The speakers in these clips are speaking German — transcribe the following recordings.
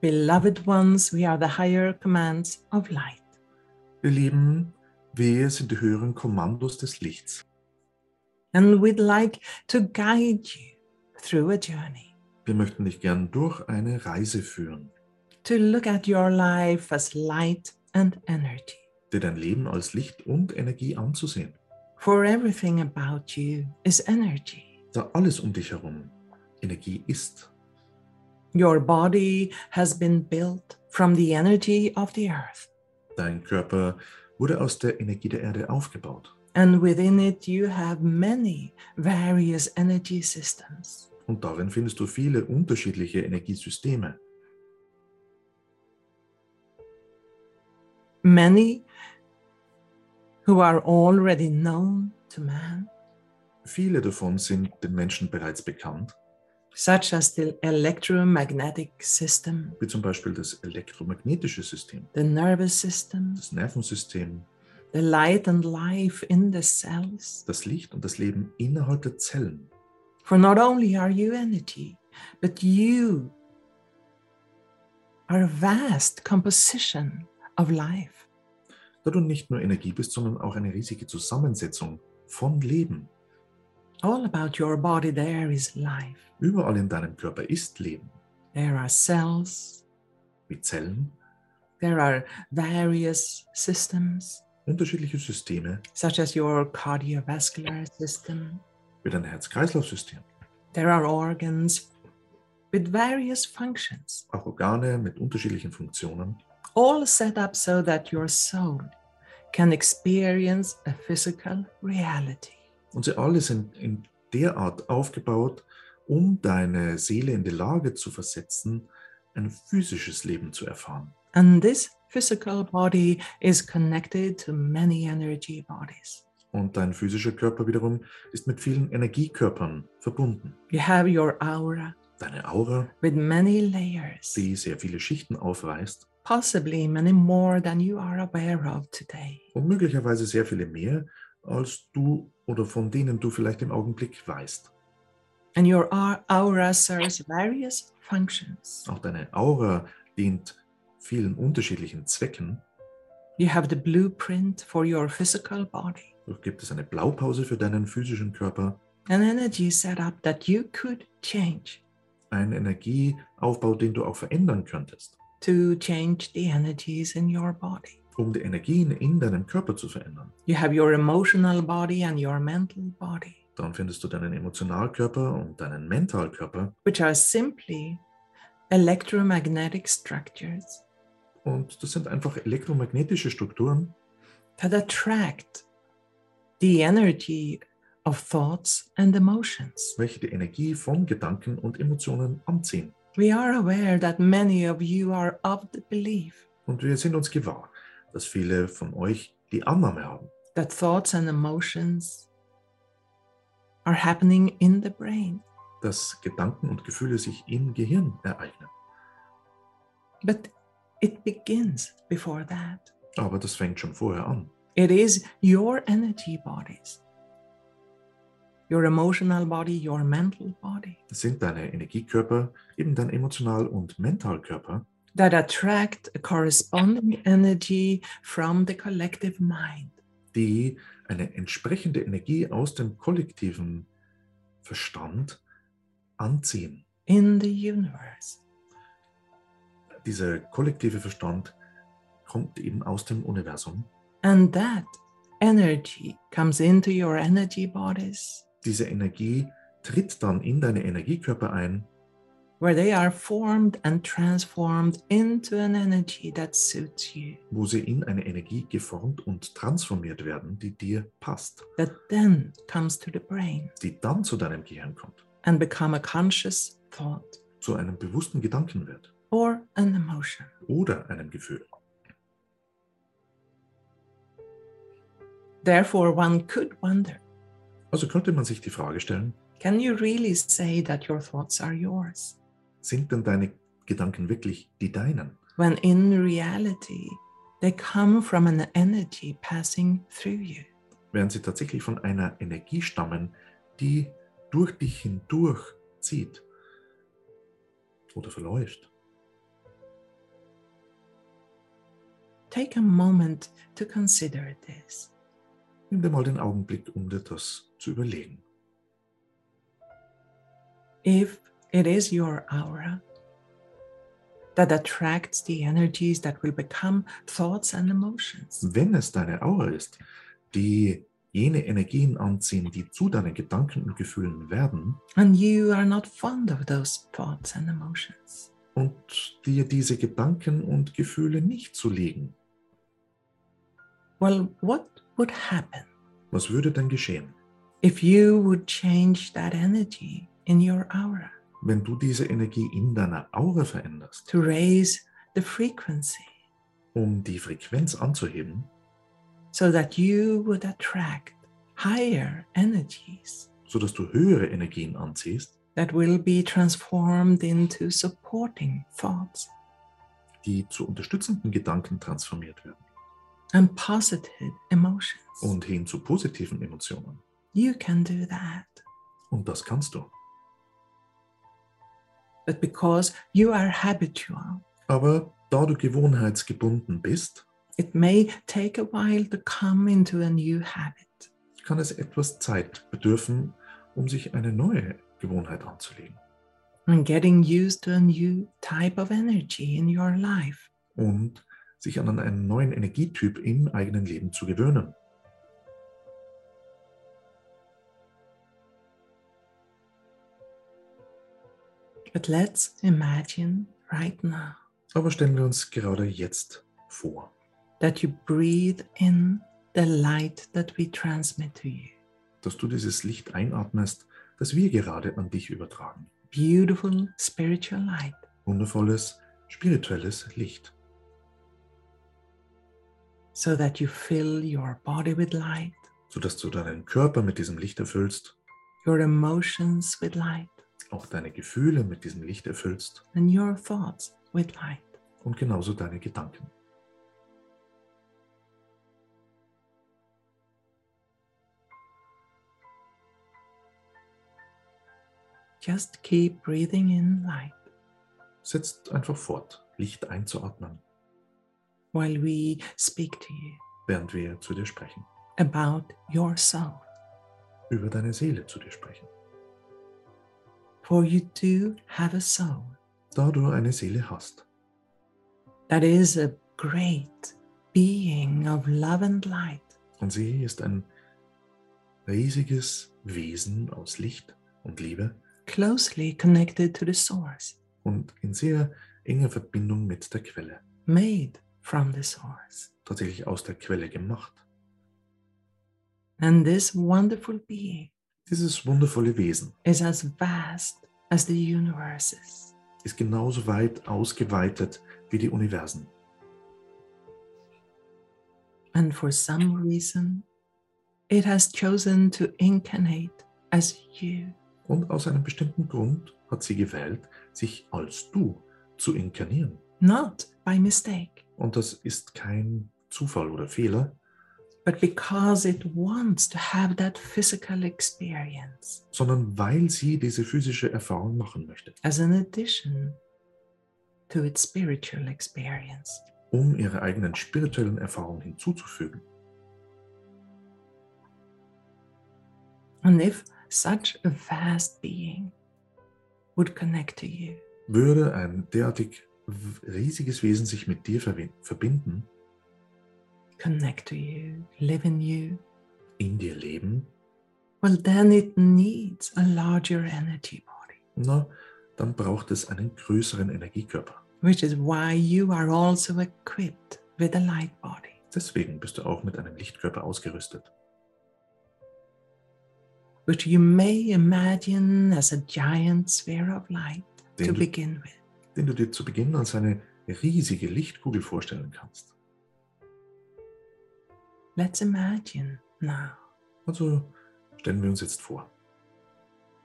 Beloved ones, we are the higher commands of light. Ihr Lieben, wir sind die höheren Kommandos des Lichts. And we'd like to guide you through a journey, Wir möchten dich gern durch eine Reise führen, to look at your life as light and energy, dir dein Leben als Licht und Energie anzusehen. for everything about you is energy. Da alles um dich herum Energie ist. Your body has been built from the energy of the earth, Dein Körper wurde aus der Energie der Erde aufgebaut. and within it, you have many various energy systems. Und darin findest du viele unterschiedliche Energiesysteme. many who are already known to man, Viele davon sind den Menschen bereits bekannt, such as the electromagnetic system, wie zum Beispiel das elektromagnetische System, the nervous system, das Nervensystem, the light and life in the cells. das Licht und das Leben innerhalb der Zellen. For not only are you energy, but you are a vast composition of life. Da du nicht nur Energie bist, sondern auch eine riesige Zusammensetzung von Leben. All about your body, there is life. Überall in deinem Körper ist Leben, There are cells, wie Zellen, there are various systems, unterschiedliche Systeme, such as your cardiovascular system, wie dein Herz-Kreislauf-System, There are organs with various functions, auch Organe mit unterschiedlichen Funktionen, all set up so that your soul can experience a physical reality. und sie alle sind in der Art aufgebaut, um deine Seele in die Lage zu versetzen, ein physisches Leben zu erfahren. And this physical body is connected to many energy bodies. Und dein physischer Körper wiederum ist mit vielen Energiekörpern verbunden. You have your aura Deine Aura, with many layers, die sehr viele Schichten aufweist possibly many more than you are aware of today. und möglicherweise sehr viele mehr, als du oder von denen du vielleicht im Augenblick weißt. And your au- aura serves various functions. Auch deine Aura dient vielen unterschiedlichen Zwecken. You have the blueprint for your physical body. Doch gibt es eine Blaupause für deinen physischen Körper, an energy setup that you could change einen Energieaufbau, den du auch verändern könntest, to change the energies in your body. um die Energien in deinem Körper zu verändern. You have your emotional body and your mental body, Dann findest du deinen Emotionalkörper und deinen Mentalkörper which are simply electromagnetic structures und das sind einfach elektromagnetische Strukturen, that attract the energy of thoughts and emotions. welche die Energie von Gedanken und Emotionen anziehen. We are aware that many of you are of the belief Und wir sind uns gewahr, dass viele von euch die Annahme haben, that thoughts and emotions are happening in the brain. dass Gedanken und Gefühle sich im Gehirn ereignen. But it begins before that. Aber das fängt schon vorher an. It is your energy bodies, your emotional body, your mental body Es sind deine Energiekörper, eben dein Emotional- und Mentalkörper, that attract a corresponding energy from the collective mind. die eine entsprechende Energie aus dem kollektiven Verstand anziehen. In the universe. Dieser kollektive Verstand kommt eben aus dem Universum. And that energy comes into your energy bodies, Diese Energie tritt dann in deine Energiekörper ein, where they are formed and transformed into an energy that suits you, wo sie in eine Energie geformt und transformiert werden, die dir passt, that then comes to the brain die dann zu deinem Gehirn kommt, and become a conscious thought. zu einem bewussten Gedanken wird or an emotion. oder einem Gefühl. Therefore, one could wonder Also könnte man sich die Frage stellen, can you really say that your thoughts are yours sind denn deine Gedanken wirklich die deinen, when in reality they come from an energy passing through you? während sie tatsächlich von einer Energie stammen, die durch dich hindurch zieht oder verläuft? Take a moment to consider this. Nimm dir mal den Augenblick, um dir das zu überlegen. If it is your aura that attracts the energies that will become thoughts and emotions, Wenn es deine Aura ist, die jene Energien anziehen, die zu deinen Gedanken und Gefühlen werden and you are not fond of those thoughts and emotions, und dir diese Gedanken und Gefühle nicht zu liegen, well, what would happen was würde denn geschehen, if you would change that energy in your aura wenn du diese Energie in deiner Aura veränderst, to raise the frequency um die Frequenz anzuheben, so that you would attract higher energies sodass du höhere Energien anziehst, that will be transformed into supporting thoughts die zu unterstützenden Gedanken transformiert werden and positive emotions. und hin zu positiven Emotionen. You can do that. Und das kannst du. But because you are habitual, Aber da du gewohnheitsgebunden bist, it may take a while to come into a new habit. kann es etwas Zeit bedürfen, um sich eine neue Gewohnheit anzulegen and getting used to a new type of energy in your life. und sich an einen neuen Energietyp im eigenen Leben zu gewöhnen. But let's imagine right now Aber stellen wir uns gerade jetzt vor, that you breathe in the light that we transmit to you. dass du dieses Licht einatmest, das wir gerade an dich übertragen. Beautiful spiritual light. Wundervolles, spirituelles Licht, So that you fill your body with light, sodass du deinen Körper mit diesem Licht erfüllst, your emotions with light, auch deine Gefühle mit diesem Licht erfüllst and your thoughts with light. und genauso deine Gedanken. Just keep breathing in light Setzt einfach fort, Licht einzuatmen, while we speak to you während wir zu dir sprechen, about your soul. über deine Seele zu dir sprechen. For you do have a soul. Da du eine Seele hast, that is a great being of love and light und sie ist ein riesiges Wesen aus Licht und Liebe closely connected to the source, und in sehr enger Verbindung mit der Quelle, made from the source. tatsächlich aus der Quelle gemacht. And this wonderful being Dieses wundervolle Wesen is as vast as the universe is. ist genauso weit ausgeweitet wie die Universen. And for some reason, it has chosen to incarnate as you. Und aus einem bestimmten Grund hat sie gewählt, sich als du zu inkarnieren. Not by mistake, Und das ist kein Zufall oder Fehler, but because it wants to have that physical experience sondern weil sie diese physische Erfahrung machen möchte, as an addition to its spiritual experience. um ihre eigenen spirituellen Erfahrungen hinzuzufügen. And if such a vast being would connect to you, Würde ein derartig w- riesiges Wesen sich mit dir verwi- verbinden, connect to you, live in you, in dir leben, well, then it needs a larger energy body, na, dann braucht es einen größeren Energiekörper. which is why you are also equipped with a light body. Deswegen bist du auch mit einem Lichtkörper ausgerüstet, Which you may imagine as a giant sphere of light to den du, begin with. den du dir zu Beginn als eine riesige Lichtkugel vorstellen kannst. Let's imagine now Also stellen wir uns jetzt vor,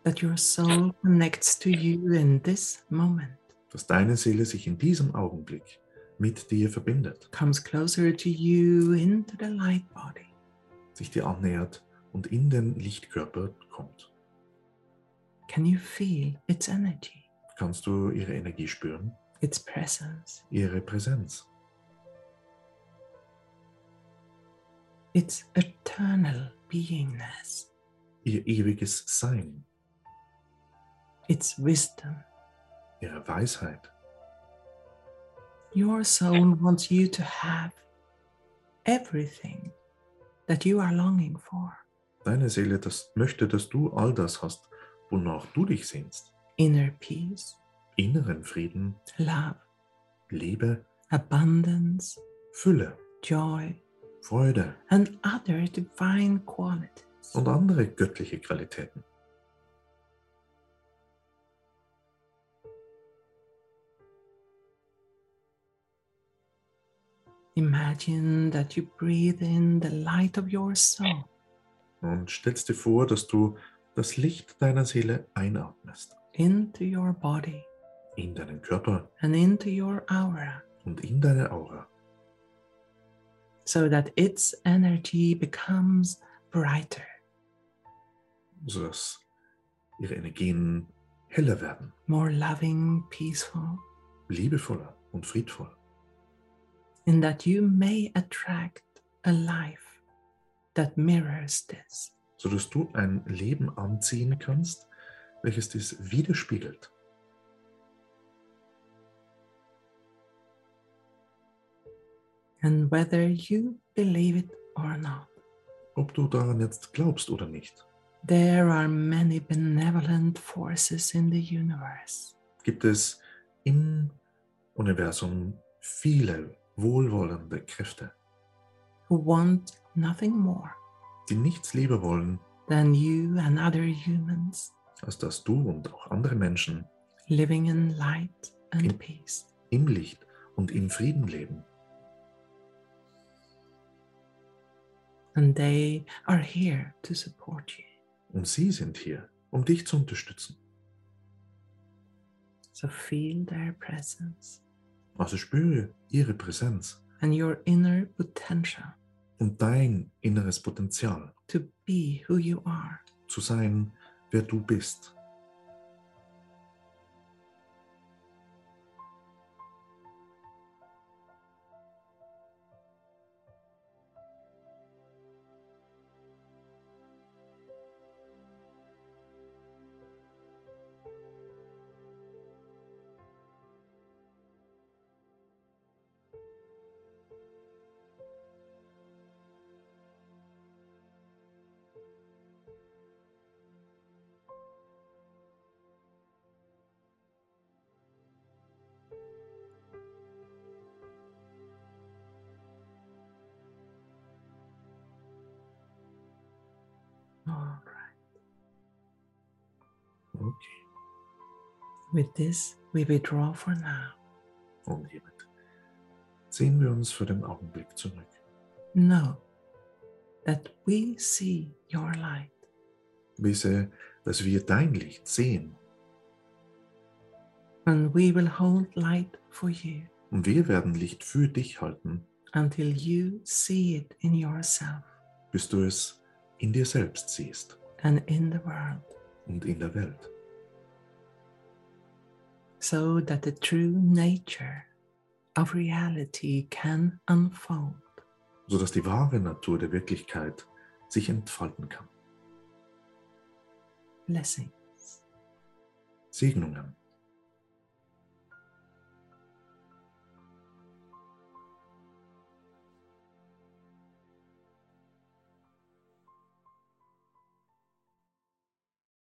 that your soul connects to you in this moment, dass deine Seele sich in diesem Augenblick mit dir verbindet, comes closer to you into the light body. sich dir annähert und in den Lichtkörper kommt. Can you feel its energy, Kannst du ihre Energie spüren, its presence? ihre Präsenz? its eternal beingness, ihr ewiges Sein, its wisdom. ihre Weisheit. Your soul wants you to have everything that you are longing for Deine Seele das möchte, dass du all das hast, wonach du dich sehnst. inner peace, Inneren Frieden, love, Liebe, abundance, Fülle, joy, Freude and other divine qualities. und andere göttliche Qualitäten. Imagine that you breathe in the light of your soul Und stellst dir vor, dass du das Licht deiner Seele einatmest, into your body in deinen Körper and into your aura und in deine Aura, so that its energy becomes brighter, sodass ihre Energien heller werden, more loving, peaceful, liebevoller und friedvoller. and that you may attract a life that mirrors this. sodass du ein Leben anziehen kannst, welches dies widerspiegelt. And whether you believe it or not, Ob du daran jetzt glaubst oder nicht, there are many benevolent forces in the universe. gibt es im Universum viele wohlwollende Kräfte, who want nothing more die nichts lieber wollen, than you and other humans als dass du und auch andere Menschen living in light and peace. im Licht und im Frieden leben. And they are here to support you. Und sie sind hier, um dich zu unterstützen. So feel their presence Also spüre ihre Präsenz and your inner potential und dein inneres Potenzial to be who you are. zu sein, wer du bist. All right. Okay. With this, we withdraw for now, Und hiermit ziehen wir uns für den Augenblick zurück. know that we see your light Wisse, dass wir dein Licht sehen and we will hold light for you und wir werden Licht für dich halten, until you see it in yourself bis du es in dir selbst siehst and in the world. und in der Welt, so that the true nature of reality can unfold sodass die wahre Natur der Wirklichkeit sich entfalten kann. blessing. Segnungen.